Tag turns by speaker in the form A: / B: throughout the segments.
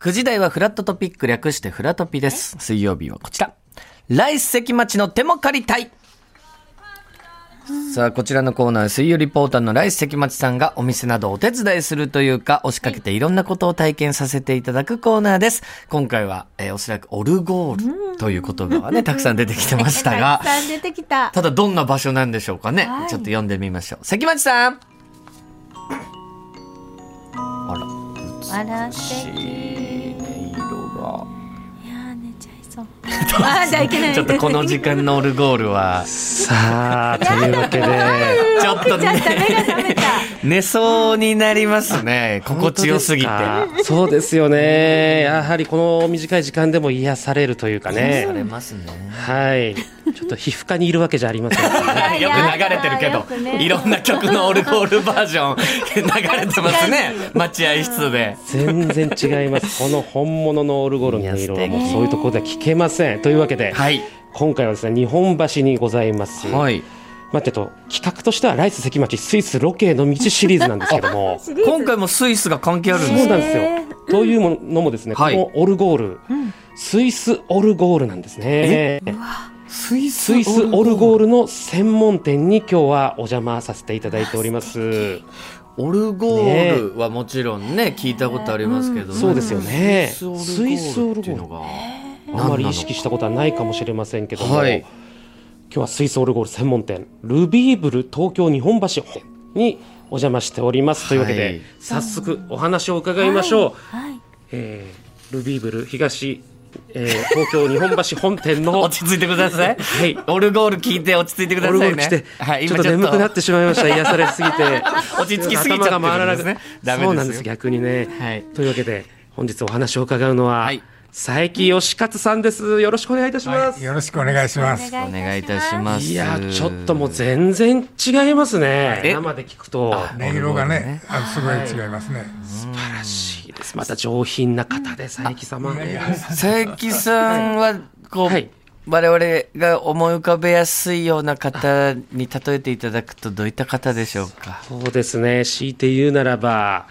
A: 9時台はフラットトピック略してフラトピです。水曜日はこちら。来石町の手も借りたい。さあ、こちらのコーナーは、水曜リポーターの来石町さんがお店などお手伝いするというか、押しかけていろんなことを体験させていただくコーナーです。今回は、えーおそらくオルゴールという言葉がね、たくさん出てきてましたが
B: たく、さん出てきた。
A: ただどんな場所なんでしょうかね。
B: はい
A: ちょっと読んでみましょう。関町 さんあ
B: あら
A: ら、
B: 素敵。
A: い色が。
B: いやー寝ちゃいそう。あーじゃあいけない。
A: ちょっと この時間のオルゴールは、
C: さあ、というわけで、
A: ちょっ
B: ち
A: と
B: ょっと目
A: ね、
B: が覚めた。
A: 寝そうになりますね。心地よすぎて。
C: 本当ですか。そうですよね。やはりこの短い時間でも癒されるというか
A: さ
C: ね。
A: れますね。
C: はい。ちょっと皮膚科にいるわけじゃありません。
B: や
A: よく流れてるけ
B: よく
A: ど、
B: ね
A: いろんな曲のオルゴールバージョ ン流れてますね。待合室で。
C: 全然違います。この本物のオルゴールの音色はもうそういうところでは聞けません。というわけで、
A: はい。
C: 今回はですね、日本橋にございます。
A: はい。
C: 待ってと、企画としてはライス関町スイスロケの道シリーズなんですけ ども。
B: シリーズ
A: 今回もスイスが関係あるん
C: そ
A: です
C: う
A: ね
C: なんです
B: へ
C: よ。というものもですね、
A: はい
C: このオルゴール、スイスオルゴールなんですね。
A: スイス
C: スイスオルゴールの専門店に今日はお邪魔させていただいております。
A: オルゴールはもちろんね、聞いたことありますけど、
C: そうですよね
A: スイスオルゴールっていうのが、
C: あまり意識したことはないかもしれませんけども、
A: はい
C: 今日はスイスオルゴール専門店、ルビーブル東京日本橋本にお邪魔しております。というわけで、
A: はい
C: 早速お話を伺いましょう。
B: はい。
C: えールビーブル東、えー東京日本橋本 店の
A: 落ち着いてください。
C: はい
A: オルゴール聞いて落ち着いてくだ
C: オ
A: さい
C: ル
A: ね。
C: ゴール来て、
A: はい、
C: ちょ
A: 今。
C: っと眠くなっててしまいました。癒されすぎて。
A: 落ち着きすぎちゃってるんですね
C: 頭が回らなく
A: ダメですよ
C: そうなんです、逆にね。
A: はい
C: というわけで、本日お話を伺うのは、
A: はい
C: 佐伯義勝さんです。よろしくお願いいたします。
D: よろしくお願いします。
A: お願いいたし
B: す。。
A: ます。
C: いやー、ちょっともう全然違いますね。
A: え
C: 生で聞くと。
A: あ
C: 素
D: 音色がね、あすごい違いますね。
C: 晴らしいです。また上品な方で、佐伯様。
D: いやいや
A: 佐伯さんは、こう、
C: はい
A: 我々が思い浮かべやすいような方に例えていただくとどういった方でしょうか
C: そうですね。強いて言うならば、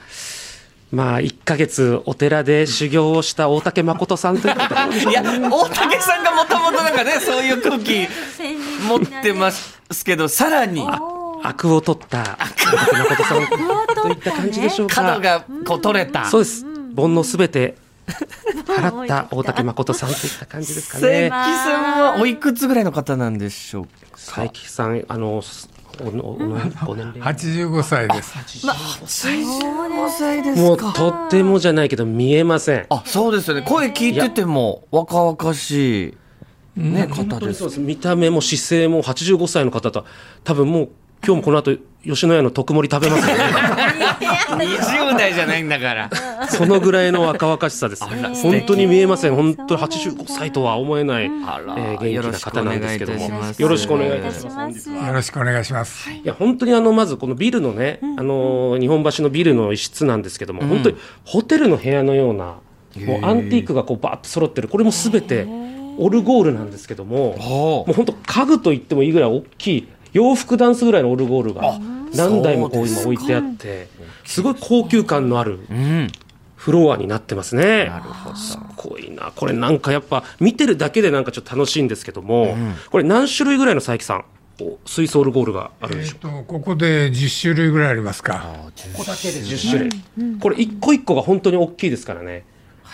C: まあ、1ヶ月お寺で修行をした大竹誠さんという方
A: いや 大竹さんがもともとなんかねそういう空気持ってますすけどさらに
B: おー
C: 悪を取った大竹誠さんといった感じでしょう
A: 角
C: か。
A: がこう取れた
C: そうです。煩悩すべ て払った大竹誠さんといった感じですか
A: 佐伯
C: ね。
A: さんはおいくつぐらいの方なんでしょう
C: 佐伯さん、あの、すおのおのご年齢。
D: 85歳です。
A: 85歳で
C: もうとってもじゃないけど見えません。
A: あそうですよね声聞いてても若々しい、ね、方
C: 本当
A: で
C: に
A: す
C: そうです。見た目も姿勢も85歳の方と、多分もう今日もこの後吉野家の特盛り食べます よね。
A: 20代じゃないんだ から
C: そのぐらいの若々しさです。本当に見えません。本当に85歳とは思えない、え
A: あら
C: ー元気な方なんですけども
A: よろしくお願いいたしま。す
C: よろしくお願いいたし
B: し
C: ます。
B: ます。
D: よろしくお願いします。
C: いや、本当にあの、まずこのビルのね、あのー、日本橋のビルの一室なんですけども、本当にホテルの部屋のような、もうアンティークがこうバーッと揃ってる、これもすべてオルゴールなんですけども、
A: ほ
C: もう本当家具と言ってもいいぐらい大きい、洋服ダンスぐらいのオルゴールが何台もこう今置いてあって、すごい高級感のある
A: う、うん、
C: フロアになってますね。
A: なるほど
C: すごいな。これなんかやっぱ見てるだけでなんかちょっと楽しいんですけども、これ何種類ぐらいの佐伯さん、おスイスオルゴールがあるん
D: え
C: でしょ
D: っ
C: う
D: と、ここで10種類ぐらいありますか。
C: 10種類、これ一個一個が本当に大きいですからね、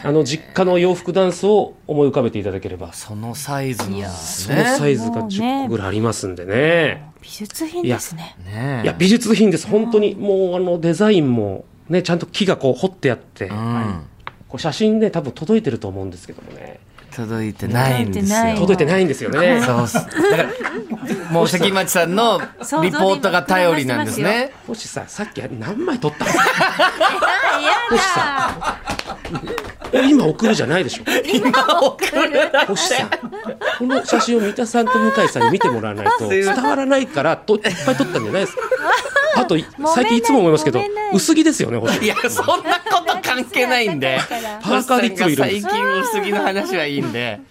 C: あの実家の洋服ダンスを思い浮かべていただければそ
A: そのサイズなんです
C: のサ
A: ね
C: イズが10個ぐらいありますんでね
B: 美術品ですね。
A: ね
C: いや美術品です本当にもうあのデザインもねちゃんと木がこう彫ってあって、
A: うん、
C: これ写真ね多分届いてると思うんですけどもね
A: 届いてないんですよ
B: 届
C: 届いてないんですよね
A: そうっすだからもう関町さんのリポートが頼りなんですね
C: 星さんさっき何枚撮った
B: あ、や
C: の今送るじゃないでしょ
A: 今送る
C: 星さんこの写真を三田さんと向井さんに見てもらわないと伝わらないからといっぱい撮ったんじゃないですかあとい
B: ない
C: 最近いつも思いますけど
B: 揉めない
C: 薄着ですよね星
A: いやそんなこと関係ないんで
C: パーカーでいつもいるん
A: 最
C: です
A: 近薄着の話はいいんでだ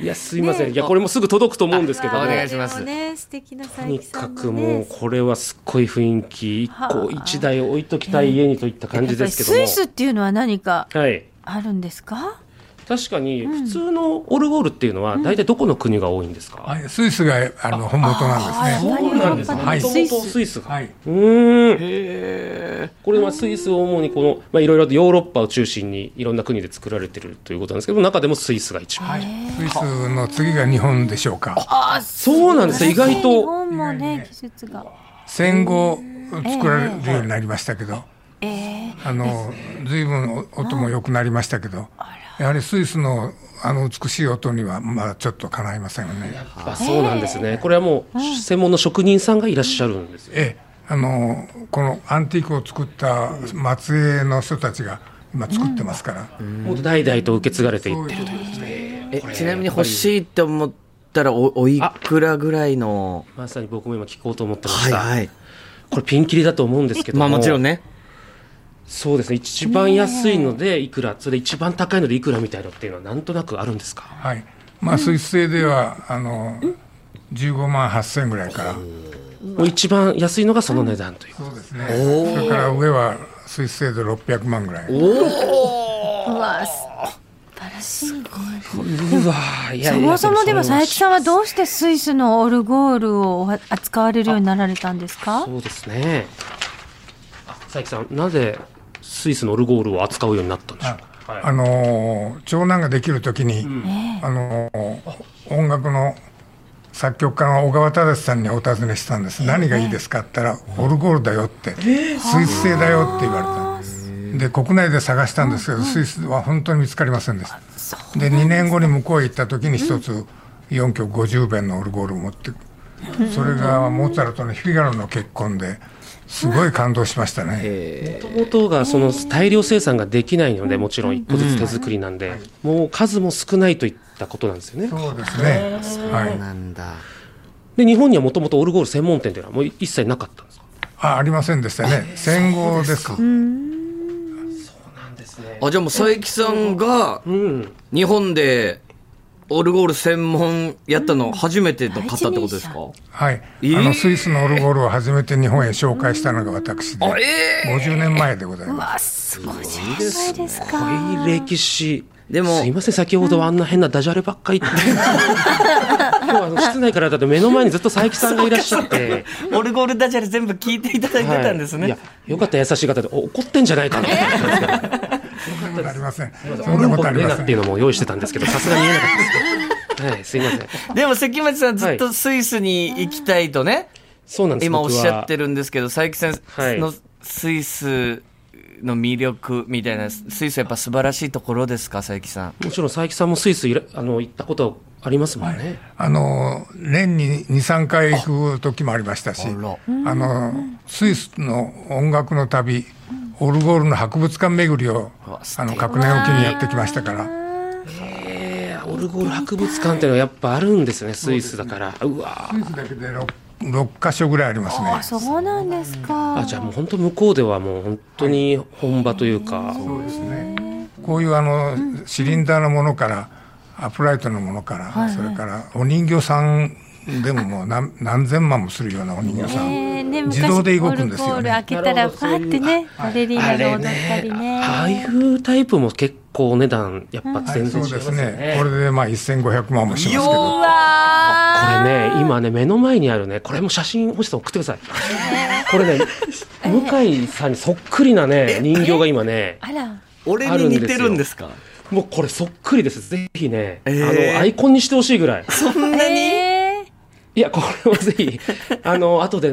C: いやすいませんいやこれもすぐ届くと思うんですけど
A: あ
C: も
A: お願い
C: と
A: します
B: でもね、素敵な佐
C: に
B: 伯さ
C: か
B: ん
C: く
B: の
C: もう
B: ね。
C: これはすっごい雰囲気一個一台置いときたい家にといった感じですけど
B: スイス
C: も
B: っていうのは何か
C: はい
B: あるんですか
C: 確かに普通のオルゴールっていうのは大体どこの国が多いんですか、
D: はいスイスがあの本元なんですね。
C: そうなんですね。
D: やっ
C: も
D: ぱり
C: と
D: ヨ
C: も
D: ーロッパの
C: とスイスが。
D: はい。
C: うーん。
A: へ
C: これはスイスを主にこの、まあ、いろいろとヨーロッパを中心にいろんな国で作られてるということなんですけど、中でもスイスが一番。
D: はい。スイスの次が日本でしょうか。
C: そうなんです。意外
B: 日
C: と。
B: 本もね技術が
D: 戦後作られるようになりましたけど、
B: ええ
D: あの随分お音も良くなりましたけど、やはりスイスのあの美しい音にはまあちょっとかないませんよね。
C: あ、そうなんですね。これはもう、専門の職人さんがいらっしゃるんですよ。
D: ええ、あのこのアンティークを作った末裔の人たちが今作ってますから、
C: もう代々と受け継がれていってる。
A: えちなみに欲しいって思ったらおおいくらぐらいの
C: まさに僕も今聞こうと思ってま
A: は
C: し
A: い
C: た。
A: はい
C: これピンキリだと思うんですけど
A: ま
C: も。
A: あもちろん。ね
C: そうですね。一番安いのでいくら、それで一番高いのでいくらみたいなのっていうのはなんとなくあるんですか
D: はいまあ、スイス製ではあの15万8千ぐらいから
C: もう一番安いのがその値段という。
D: そうですねそれから上はスイス製で600万ぐらい
B: うわ素晴らしいね
C: うわーいや
B: そ
C: いや
B: もそもでも
C: そんな
B: 佐伯さんはどうしてスイスのオルゴールを扱われるようになられたんですか
C: そうですね。あ佐伯さん、なぜスイスのオルゴールを扱うようになったんでしょうか。
D: あの長男ができる時に、あの音楽の作曲家の小川忠さんにお尋ねしたんです、何がいいですかって言ったら、オルゴールだよって、スイス製だよって言われたで国内で探したんですけど、スイスは本当に見つかりませんでしたで2年後に向こうへ行った時に一つ4曲50弁のオルゴールを持ってそれがモーツァルトのフィガロの結婚ですごい感動しましたね。
C: もともとがその大量生産ができないので、もちろん一個ずつ手作りなんで、もう数も少ないといったことなんですよね。
D: そうですね。はい。
A: なんだ
C: で、日本にはもともとオルゴール専門店というのはもう一切なかったんですか
D: あ、ありませんでしたね。戦後ですか。
C: なんですね。
A: あじゃあもう佐伯さんが
C: うん。
A: 日本でオルゴール専門やったの初めての方ってことですか
D: はい。
A: えー
D: あのスイスのオルゴールを初めて日本へ紹介したのが私で、
A: あえ
D: 50年前でございま
B: あす
D: す。
B: ごいじゃないですか
C: いい歴史。
A: でも
C: すいません、先ほどはあんな変なダジャレばっかり言って。今日はあの室内からだって目の前にずっと佐伯さんがいらっしゃって。
A: ー オルゴールダジャレ全部聞いていただいてたんです
C: はいい
A: ね
C: や、よかった優しい方で、お怒ってんじゃないかな。
D: そんなことありません。そんなことあり
C: レ
D: ま
C: ナ
D: せ。
C: っていうんのも用意してたんですけど、さすがに言えなかったです。はい、すいません。
A: でも関町さんずっとスイスに行きたいとね、
C: そうなんです。
A: 今おっ
C: 僕は
A: しゃってるんですけど佐伯さん
C: は
A: の
C: い
A: スイスの魅力みたいなスイスやっぱ素晴らしいところですか佐伯さん
C: もちろん佐伯さんもスイスいらあの行ったことありますもんね。
D: あの、年に2、3回行く時もありましたし、
A: あら
D: あの、スイスの音楽の旅、オルゴールの博物館巡りを、
A: わ素
D: あ
A: 敵
D: の、各年おきにやってきましたから、
C: えーオルゴール博物館っていうのはやっぱあるんですね、スイスだから。うわ
D: スイスだけで 6, 6箇所ぐらいありますね。
B: あそうなんです
C: ー
B: か
C: あ、じゃあもう本当向こうではもう本当に本場というか。
D: そうですね。こういうあの、シリンダーのものから、アップライトのものから、それからお人形さんでももう何何千万もするようなお人形さん。
B: えーね、昔
D: 自動で動くんですよね
B: オルゴール開けた
C: なる
B: ら
C: ほど
B: パーってねバレリーナが踊
C: れ
B: ったりね
C: あああいうタイプも結構お値段、やっぱ全
D: そ
C: 然違
D: う
C: い
D: で
C: ますす
D: ね
C: ね。。
D: こ
C: これ
D: れでまあ1500万もしますけ
A: よ
D: ど。
A: ー
C: ね、今ね、目の前にあるね、これも写真星さん送ってください。これね、向井さんにそっくりなね、人形が今ね、
B: あら
A: 俺に似てるんですか
C: もうこれそっくりです。ぜひね、
A: えー
C: あの、アイコンにしてほしいぐらい。
A: そんなに、
B: えー
C: いや、これはぜひ、あの、後で、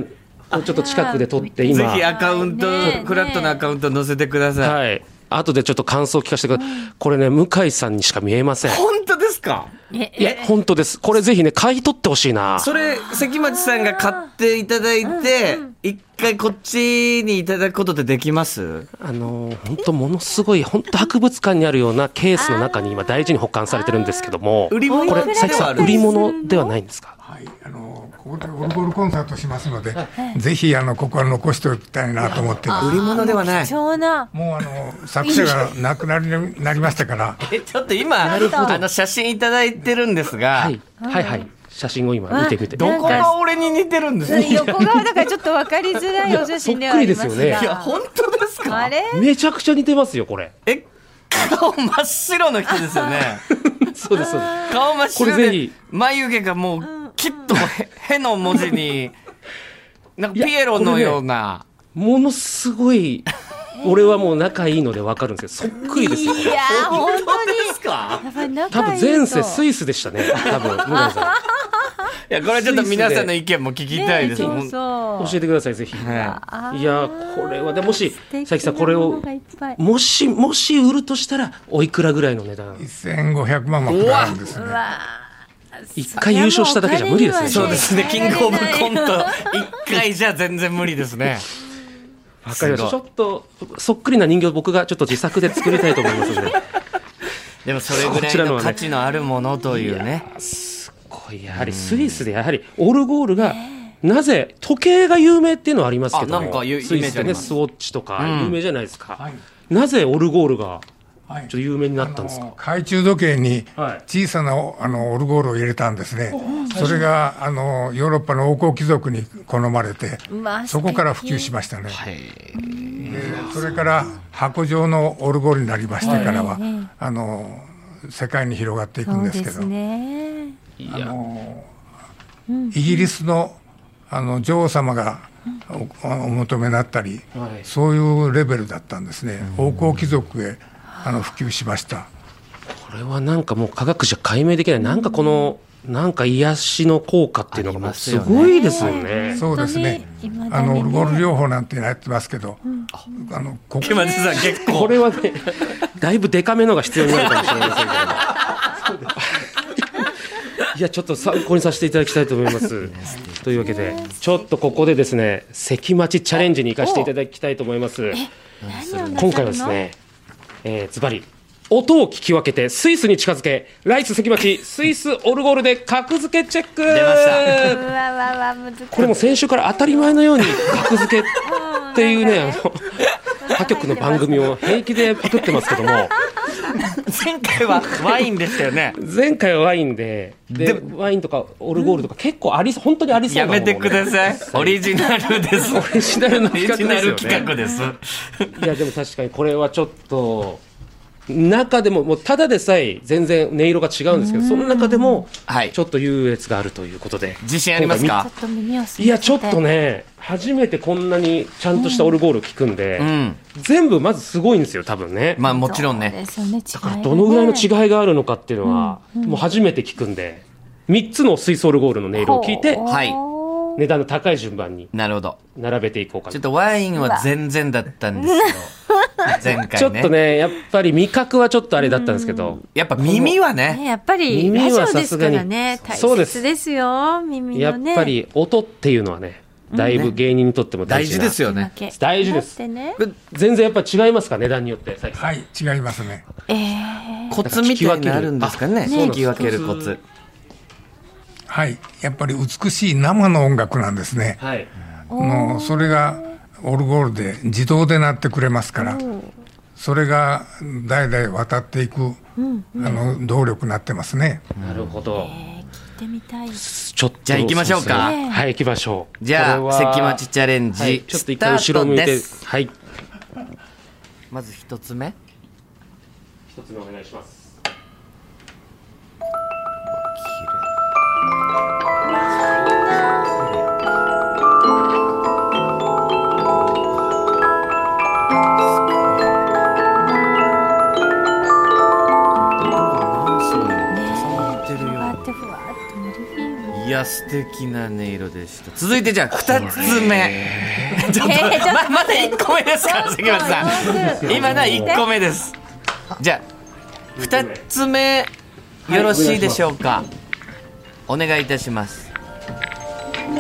C: こうちょっと近くで撮って、今。
A: ぜひアカウント、
B: ねえねえ
A: クラットのアカウント載せてください、
C: はい。後でちょっと感想を聞かせてください。これね、向井さんにしか見えません。
A: 本当ですか
B: え
C: いや、本当です。これぜひね、買い取ってほしいな。
A: それ関町さんが買っていただいて一回こっちにいただくことってできます
C: あのー、本当ものすごい、本当博物館にあるようなケースの中に今大事に保管されてるんですけども。
A: 売り物
C: これ、
A: で
C: 佐伯
A: は
C: さ
A: あ
C: ん、
A: る
C: 売り物ではないんですか
D: はい、あのここでオルゴールコンサートしますので、ぜひあのここは残しておきたいなと思ってます
A: 売り物ではない
B: 貴重な
D: もうあの作者が亡くなりになりましたから、
A: えちょっと今あの写真いただいてるんですが、
C: はい。はいはい。写真を今見てみて。
A: どこ
C: 大
A: が俺に似てるんですかい
B: 横側だからちょっと分かりづらいお写真ではありますが
C: いやそっくりですよねい
A: や本当ですか
B: あれ
C: めちゃくちゃ似てますよ、これ。
A: え顔真っ白の人ですよ ね。
C: そうですそうです
A: 顔真っ白
C: これぜ
A: で
C: ひ、
A: 眉毛がもう、きっ とへ、への文字に、なんかピエロのような。
C: ものすごい俺はもう仲いいので分かるんですけどそっくりですよ
B: いやー、本当に。
A: ですか
B: やっぱり仲
C: 多分
B: いいと
C: 前世スイスでしたね多分向井さ
A: いや、これちょっと皆さんの意見も聞きたいです。
B: ね
A: ほ
B: そ
A: ん
B: うそう。
C: ん教えてくださいぜひ、
A: はい
C: やーこれはでもし
B: 素敵
C: 佐伯さんこれ
B: なもの
C: を
B: がいっぱい
C: もしもし売るとしたらおいくらぐらいの値段
D: 1500万もくらいあるんですね。
C: 一回優勝しただけじゃ無理で
B: い
C: すね
B: やも
A: そう
B: お金
A: で
B: にはね
A: す ね。キングオブコント、一回じゃ全然無理ですね。
C: わかりまし
A: す
C: たち
A: ご
C: ょっとそっくりな人形僕がちょっと自作で作りたいと思いますので
A: でもそれぐらいの価値のあるものというね。
C: こうやはりスイスでやはりオルゴールがなぜ時計が有名っていうのはありますけど
A: あなんか
C: も
A: いう
C: スイ
A: イメー
C: ス
A: ジあり
C: でね
A: ます
C: スウォッチとか
A: うん
C: 有名じゃないですか、
E: はい
C: なぜオルゴールが
E: は
C: ちょ
E: い
C: っと有名になったんですか、
D: 懐中時計に
C: はい
D: 小さなおあのオルゴールを入れたんですね、それがあのヨーロッパの王公貴族に好まれて、そこから普及しましたね、でそれから箱状のオルゴールになりましてからは、あの世界に広がっていくん
B: そう
D: です
B: で
D: けど、
B: すね。
C: いや
D: イギリスのあの女王様がおお求めになったり、
C: はい
D: そういうレベルだったんですね、王公貴族へあの普及しました。
C: これはなんかもう科学じゃ解明できない、なんかこの、なんか癒しの効果っていうのがもうすごいですよね。
D: そうですね
B: 本当に未だに。ね
D: あのオルゴール療法なんてやってますけど、あのここ
A: 今田さん結
C: こ
A: 構。
C: れはね、だいぶデカめのが必要になるかもしれませんけ ど。いやちょっと参考にさせていただきたいと思います。というわけで、ちょっとここでですね、関町チャレンジに生かしていただきたいと思います。
B: 何をなさるの
C: 今回はです。ね、えー、ズバリ音を聞き分けてスイスに近づけ、ライス関町スイスオルゴールで格付けチェック。出
A: ました
B: うわわわ難しい。
C: これも先週から当たり前のように格付けっていうね、あの、他局の番組を平気でパクってますけども、
A: 前回はワインでしたよね。
C: 前回はワインで、で、
A: で
C: ワインとかオルゴールとか結構ありそう、本当にありそう
A: や
C: な
A: めてください。オリジナルです。オ
C: リジナルの企画ですよ
A: リ
C: ね
A: ジナル企画です。
C: い。いや、でも確かにこれはちょっと、中でも、もうただでさえ全然音色が違うんですけど、その中でも
A: はい、
C: ちょっと優越があるということで。
A: 自信あります
B: ちょ
A: か
B: っと耳をす
C: いや、ちょっと。ね、初めてこんなにちゃんとしたオルゴール聞くんで、
A: うん。
C: 全部まずすごいんですよ、多分ね。
A: まあもちろん
B: そう
A: ね。
B: ですよね。だから
C: どのぐらいの違いがあるのかっていうのは、もう初めて聞くんで、3つの水ソールゴールの音色を聞いて、
A: はい
C: 値段の高い順番に
A: なるほど。
C: 並べていこうかな
A: ちょっとワインは全然だったんですけ ど。前
C: ちょ
A: 回
C: っと
A: ね。
C: ね、やっぱり味覚はちょっとあれだったんですけど、
A: やっぱ耳はね。
B: ね、やっぱり
C: 耳
B: ラジ
C: は
B: オ
C: さ
B: ですす
C: が
B: か
C: に
B: らね、大
C: そうです
B: 切ですよ、耳
C: や
B: の
C: っ
B: ね。
C: ぱり音っていうのはね、だいぶ芸人にとっても大
A: 大
C: 事
A: 事
C: な、
A: ですよね。
B: だけ
C: 大事です
B: だってね、
C: 全然やっぱ違いますか、値段によって、最近
D: はい違いますね。
B: ええ
A: コツみたいになるんですかね。
C: あそうなん
A: 聞
C: です
A: き分けるコツ。
D: はいやっぱり美しい生の音楽なんですね。
C: はい、
D: もうそれがオルゴールで自動で鳴ってくれますから、それが代々渡っていく、あの動力になってますね。
C: なるほど、
B: 聞いてみたい。
C: ちょっと
A: じゃあ行きましょうか
C: そうですねはい、行きましょう。
A: じゃ
C: こ
A: あ、
C: れは
A: 関町チャレン
C: は
A: ジ
C: い、、ちょっ
A: ス
C: と一
A: タ
C: 回後ろ
A: ー
C: 向
A: ト
C: いて
A: で、す。
C: はい、
A: まず一つ目。
C: 一つ目お願いします。
B: ふわってふわってなる
A: いや、素敵な音色でした。続いてじゃあ、二つ目。ちょっと、
B: えーちょっと
A: ま、まだ一個目ですから、
B: ちょっと
A: 関町さん。今のは一個目です。じゃあ、二つ目、よろしいでしょうか。お願いいたします。
B: うま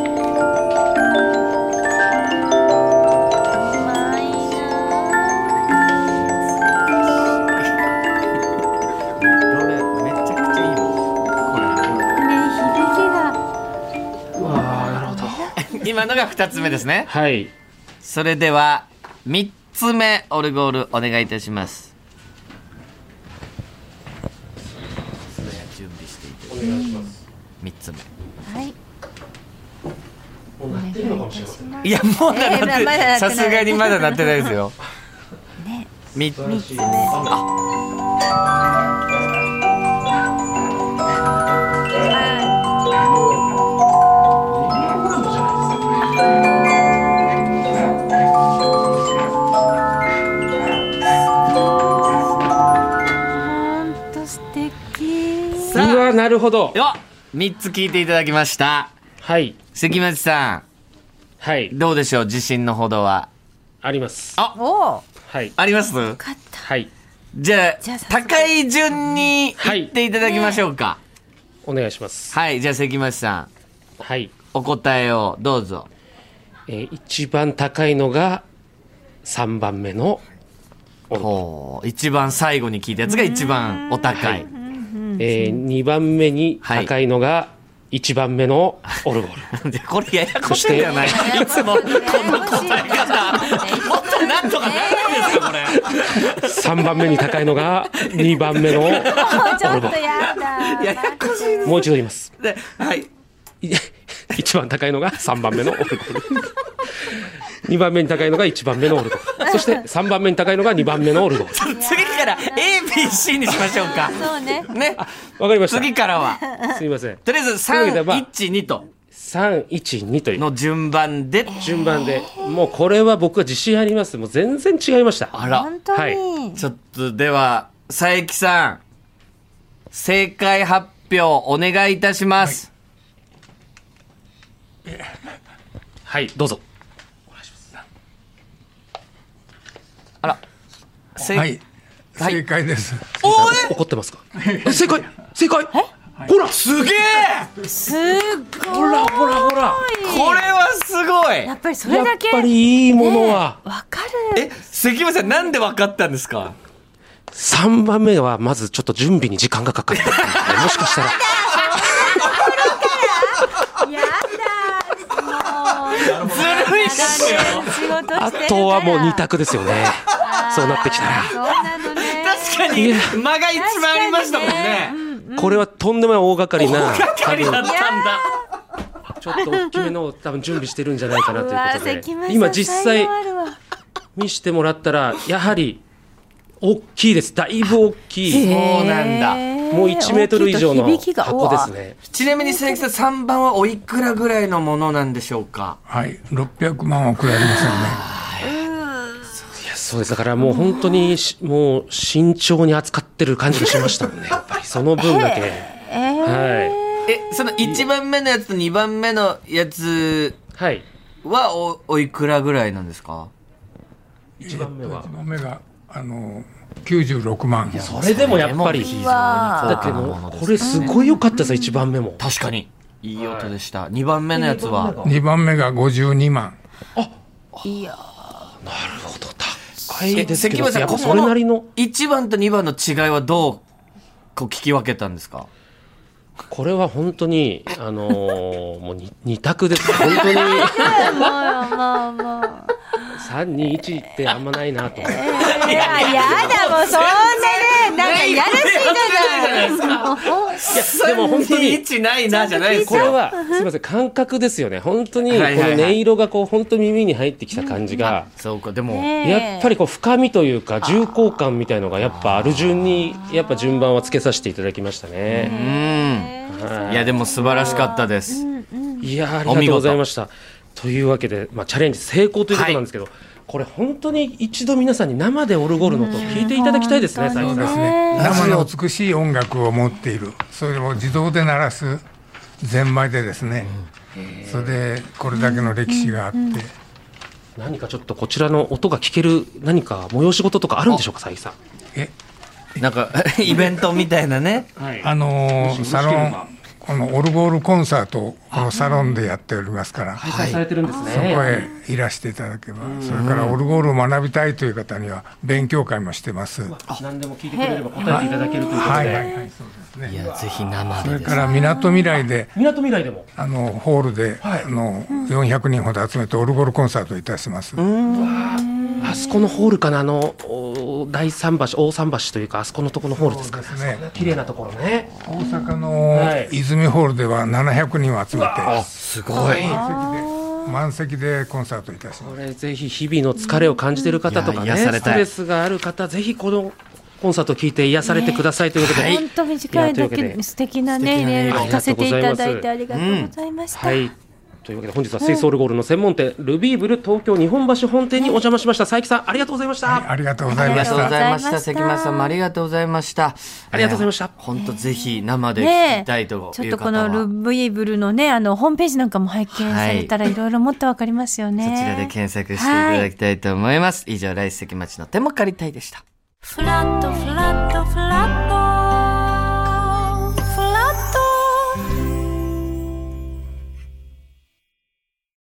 B: いな
A: めちゃくちゃいい
B: ぁね、
A: 今のが二つ目ですね。
C: はい。
A: それでは、三つ目、オルゴール、お願いいたします。準備していただ
C: お願いします。
A: 三つ目。
B: 響きが。はい。
C: もうなってるのかもしれません。
A: いや、もうな
B: えーまだまだなってない
A: さすがにまだなってないですよ。三つ目。あ、
B: 本当素敵。
C: うわ、なるほど。
A: よっ三つ聞いていただきました。
C: はい。
A: 関町さ
C: はい
A: ん、。どうでしょう自信のほどは。
C: あります。
B: おお。
C: はい。
A: あります
B: かった。
C: はい。
A: じゃあ
B: じゃあ早、速
A: 高い順に言っていただきましょうか。
C: お願いします。
A: はい、じゃあ関町さん、
C: はい。
A: お答えをどうぞ。
C: えー一番高いのが、3番目の、
A: ほう、一番最後に聞いたやつが一番お高い。
C: え2番目に
A: はい
C: 高いのが、1番目のオルゴー ル。
A: でこれややこしいんじゃないいつもこの答え方。もっとなんとかなるんですか、これ。
C: 3番目に高いのが、2番目の、
B: もうちょっとやだ。
A: ややこしい
C: もう一度言います。
A: ではい。
C: い一番高いのが3番目のオルゴール。2番目に高いのが1番目のオルゴール。そして3番目に高いのが2番目のオルゴー
A: 次から ABC にしましょうか。
B: そうね。
A: ね。
C: ル。わかりました。
A: 次からは。
C: すみません。
A: とりあえず
C: というわけで
A: 3、
C: まあ
A: 1、2と
C: 3、1、2という
A: の順番で。
C: 順番で、もうこれは僕は自信あります。もう全然違いました。
A: あら。
B: 本当に。
C: はい
A: ちょっとでは、佐伯さん、正解発表お願いいたします。
C: はい、どうぞ。
A: 正
D: はい。
A: はい
D: 正解です。
A: お
C: 怒ってますかえ正解正解ほら
A: すげえ
B: すっごい。
C: ほらほらほら
A: これはすごい
B: やっぱりそ
C: や
B: れ
C: っ
B: だけ。
C: ぱりいいものは、
B: わかる。
A: え、関町さんなんで分かったんですか
C: 3番目はまずちょっと準備に時間がかかったっ ていうね。もしかしたら。
B: やだ。もう。
A: ずるいっしょ
B: 長年仕事してるから
C: あとはもう二。択ですよね。そうなってきたら。
B: そうなのね。
A: 確かに間が一番ありましたもんね。
C: これはとんでもない大掛かりな、
A: 光だったんだ。
C: ちょっと大きめのを多分準備してるんじゃないかなと
B: う
C: いう
B: わ
C: ことで
B: 関町さん
C: 今実
B: 才
C: 際
B: 能あるわ
C: 見してもらったらやはり大きいですだいぶ大きい
A: そうなんだ
B: へ
C: もう1メートル以上の
B: 大きいと響きが
C: 箱ですね
A: ちなみに佐伯さん3番はおいくらぐらいのものなんでしょうか
D: はい。600万はくれありませんね。
C: いやそうですだからもう本当にしもう慎重に扱ってる感じがしましたもんねやっぱりその分だけは
A: え、その1番目のやつと2番目のやつ
C: いはい
A: はおおいくらぐらいなんですか
C: 1番目は
D: 1番目が、あの、96万。
C: それでもやっぱり
A: 非常に
C: だ
A: 高
C: け
A: 価なもの
C: ど
A: です
C: これすごい良かったです1番目も
A: 確かにいい音でした、二2番目のやつは
D: 2番目が52万。
B: いいよ
C: なるほど高いです
A: 関
C: けど
A: 町さ
C: や
A: ん
C: っぱ
A: こ
C: そ
A: こ
C: れ
A: の
C: なりの
A: 1番と2番の違いはどうこう聞き分けたんですか
C: これは本当に、あの ーもうに二択です。本当に、
B: もうもうもう
C: 三二一ってあんまないなと思って。
B: いややだもうそんなねなんかやるし
A: やる
B: だない
A: や
C: でも本当に
A: 1ないなじゃないです
C: これ
A: よ
C: は、すみません、感覚ですよね。本当に、こ
A: はいはいはい
C: の音色がこう、本当耳に入ってきた感じが、
A: そうかでも、
B: ね
C: やっぱりこう、深みというか、重厚感みたいのが、やっぱある順に、やっぱ順番はつけさせていただきましたね。
A: うんいやでも素晴らしかったです、
C: いやー、ありがとうございました。というわけで、まあ、チャレンジ成功ということなんですけど、これ本当に一度皆さんに生でオルゴールの音を聞いていただきたいですね、斉藤さん。
D: ですね。生の美しい音楽を持っている。それを自動で鳴らすゼンマイでですね。それで、これだけの歴史があって。
C: 何かちょっとこちらの音が聞ける何か催し事とかあるんでしょうか、佐伯さん。
D: え、
A: なんか イベントみたいなね
D: あのーサロン、このオルゴールコンサートをこのサロンでやっておりますから、そ
C: されてるんですね。
D: こへいらしていただけば、それからオルゴールを学びたいという方には勉強会もしてます。は
C: 何でも聞いてくれれば答えていただけるということで。
D: いはいはい、そうですね。
A: いやぜひ生
D: そ
A: で
D: れ
A: で
D: か
A: す
D: らみなとみらいで、
C: 港未来でも。
D: あのホールで、あの400人ほど集めてオルゴールコンサートをいたします。
C: あそこのホールかな、あの、お大桟橋、大桟橋というか、あそこのところのホールですかね。
D: そうですね
C: 綺麗なところね。
D: 大阪の
C: はい
D: 泉ホールでは700人を集めて、
A: すごい
D: 席で満席でコンサートいたし
C: こ
D: ます。
C: れぜひ日々の疲れを感じている方とか
A: うんい
C: ね、
A: や癒され
C: ス
A: た
C: ト
A: い
C: レスがある方、ぜひこのコンサートを聞いて癒されてくださいということで、
B: 本当短いだ
C: いやというわけ
B: け
C: で
B: 素敵なね、
A: 素敵なね
B: レール聞かせていただいて
C: あ
B: ありがとうございました。
C: はい。というわけで本日はスイスオルゴールの専門店、ルビーブル東京日本橋本店にお邪魔しました。佐伯さん、ありがとうございました。
D: ありがとうござい
A: あり
D: ま
A: が
D: し
A: とうご
D: た。
A: ざいまし
B: ありがとうござ
A: た。
B: いました
A: 関町さんもありがとうございました。
C: ありがとうございました
A: えー本当ぜひ生で聞きたいという方は。
B: ちょっとこのルビーブルのね、あの、ホームページなんかも拝見されたら、いろいろもっとわかりますよね。
A: そちらで検索していただきたいと思います。以上、来世関町の手も借りたいでした。
E: フラットフラットフラット